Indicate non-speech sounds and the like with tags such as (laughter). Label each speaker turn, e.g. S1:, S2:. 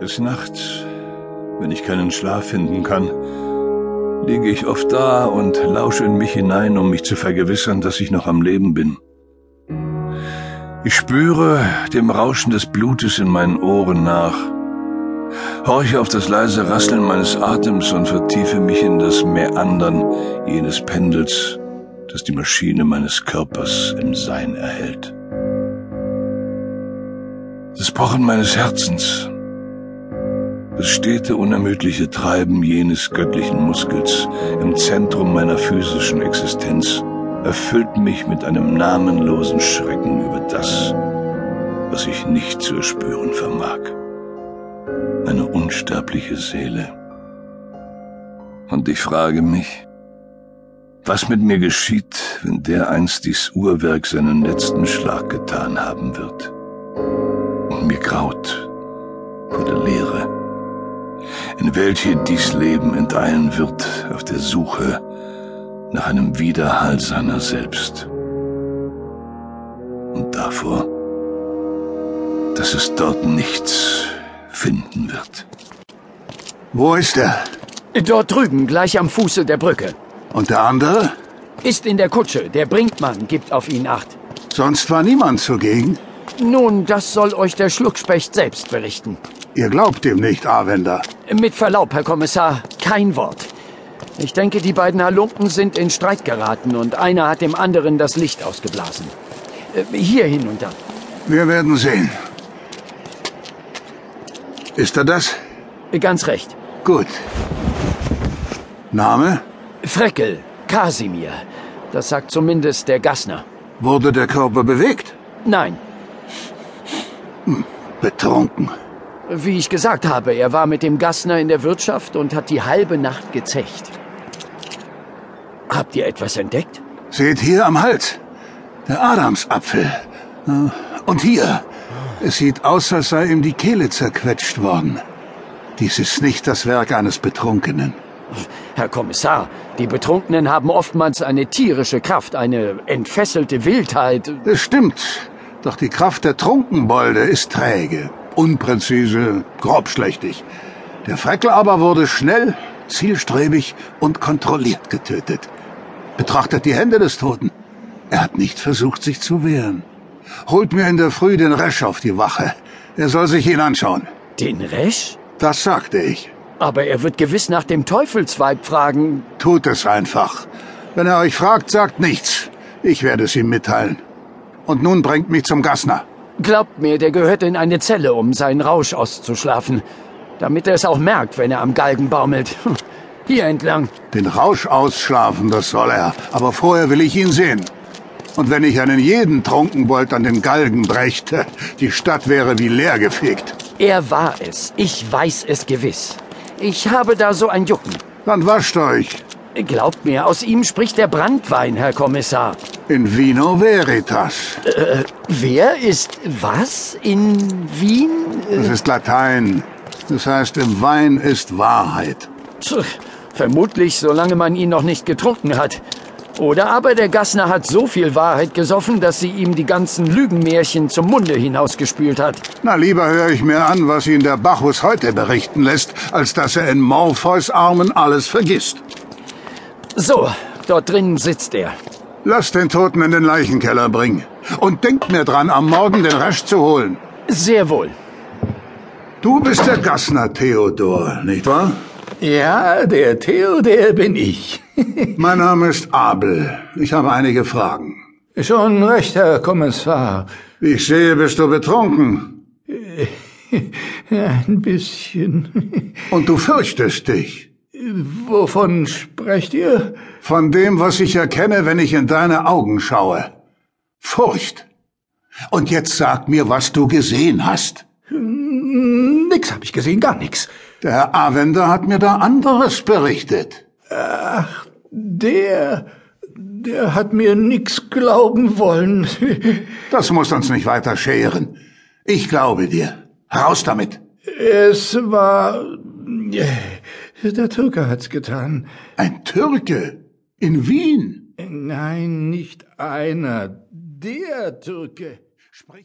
S1: Des Nachts, wenn ich keinen Schlaf finden kann, liege ich oft da und lausche in mich hinein, um mich zu vergewissern, dass ich noch am Leben bin. Ich spüre dem Rauschen des Blutes in meinen Ohren nach, horche auf das leise Rasseln meines Atems und vertiefe mich in das Meandern jenes Pendels, das die Maschine meines Körpers im Sein erhält. Das Pochen meines Herzens, das stete unermüdliche Treiben jenes göttlichen Muskels im Zentrum meiner physischen Existenz erfüllt mich mit einem namenlosen Schrecken über das, was ich nicht zu erspüren vermag. Eine unsterbliche Seele. Und ich frage mich, was mit mir geschieht, wenn dereinst dies Uhrwerk seinen letzten Schlag getan haben wird. Und mir graut vor der Leere in welche dies Leben enteilen wird auf der Suche nach einem Widerhall seiner selbst. Und davor, dass es dort nichts finden wird.
S2: Wo ist er?
S3: Dort drüben, gleich am Fuße der Brücke.
S2: Und der andere?
S3: Ist in der Kutsche. Der Brinkmann gibt auf ihn Acht.
S2: Sonst war niemand zugegen.
S3: Nun, das soll euch der Schluckspecht selbst berichten.
S2: Ihr glaubt ihm nicht, Arwender.
S3: Mit Verlaub, Herr Kommissar, kein Wort. Ich denke, die beiden Halunken sind in Streit geraten und einer hat dem anderen das Licht ausgeblasen. Äh, Hier hinunter.
S2: Wir werden sehen. Ist er das?
S3: Ganz recht.
S2: Gut. Name?
S3: Freckel, Kasimir. Das sagt zumindest der Gassner.
S2: Wurde der Körper bewegt?
S3: Nein,
S2: Betrunken.
S3: wie ich gesagt habe, er war mit dem Gassner in der Wirtschaft und hat die halbe Nacht gezecht. Habt ihr etwas entdeckt?
S2: Seht hier am Hals. Der Adamsapfel. Äh, Und hier. Es sieht aus, als sei ihm die Kehle zerquetscht worden. Dies ist nicht das Werk eines Betrunkenen.
S3: Herr Kommissar, die Betrunkenen haben oftmals eine tierische Kraft, eine entfesselte Wildheit.
S2: Es stimmt. Doch die Kraft der Trunkenbolde ist träge, unpräzise, grobschlächtig. Der Freckel aber wurde schnell, zielstrebig und kontrolliert getötet. Betrachtet die Hände des Toten. Er hat nicht versucht, sich zu wehren. Holt mir in der Früh den Resch auf die Wache. Er soll sich ihn anschauen.
S3: Den Resch?
S2: Das sagte ich.
S3: Aber er wird gewiss nach dem Teufelsweib fragen.
S2: Tut es einfach. Wenn er euch fragt, sagt nichts. Ich werde es ihm mitteilen. Und nun bringt mich zum Gassner.
S3: Glaubt mir, der gehört in eine Zelle, um seinen Rausch auszuschlafen. Damit er es auch merkt, wenn er am Galgen baumelt. (laughs) Hier entlang.
S2: Den Rausch ausschlafen, das soll er. Aber vorher will ich ihn sehen. Und wenn ich einen jeden Trunkenbold an den Galgen brächte, (laughs) die Stadt wäre wie leer gefegt.
S3: Er war es. Ich weiß es gewiss. Ich habe da so ein Jucken.
S2: Dann wascht euch.
S3: Glaubt mir, aus ihm spricht der Brandwein, Herr Kommissar.
S2: In Vino Veritas.
S3: Wer ist was in Wien? Äh,
S2: Das ist Latein. Das heißt, im Wein ist Wahrheit.
S3: Tch, Vermutlich, solange man ihn noch nicht getrunken hat. Oder aber der Gassner hat so viel Wahrheit gesoffen, dass sie ihm die ganzen Lügenmärchen zum Munde hinausgespült hat.
S2: Na, lieber höre ich mir an, was ihn der Bacchus heute berichten lässt, als dass er in Morpheus Armen alles vergisst.
S3: So, dort drinnen sitzt er.
S2: Lasst den Toten in den Leichenkeller bringen. Und denkt mir dran, am Morgen den Rasch zu holen.
S3: Sehr wohl.
S2: Du bist der Gassner, Theodor, nicht wahr?
S4: Ja, der Theo, der bin ich.
S2: Mein Name ist Abel. Ich habe einige Fragen.
S4: Schon recht, Herr Kommissar.
S2: Wie ich sehe, bist du betrunken.
S4: Ein bisschen. (laughs)
S2: Und du fürchtest dich.
S4: Wovon sprecht ihr?
S2: Von dem, was ich erkenne, wenn ich in deine Augen schaue. Furcht. Und jetzt sag mir, was du gesehen hast.
S4: Nix hab ich gesehen, gar nix.
S2: Der Herr Avender hat mir da anderes berichtet.
S4: Der, der hat mir nix glauben wollen. (laughs)
S2: Das muss uns nicht weiter scheren. Ich glaube dir. Heraus damit.
S4: Es war, der Türke hat's getan.
S2: Ein Türke. In Wien.
S4: Nein, nicht einer. Der Türke. Sprich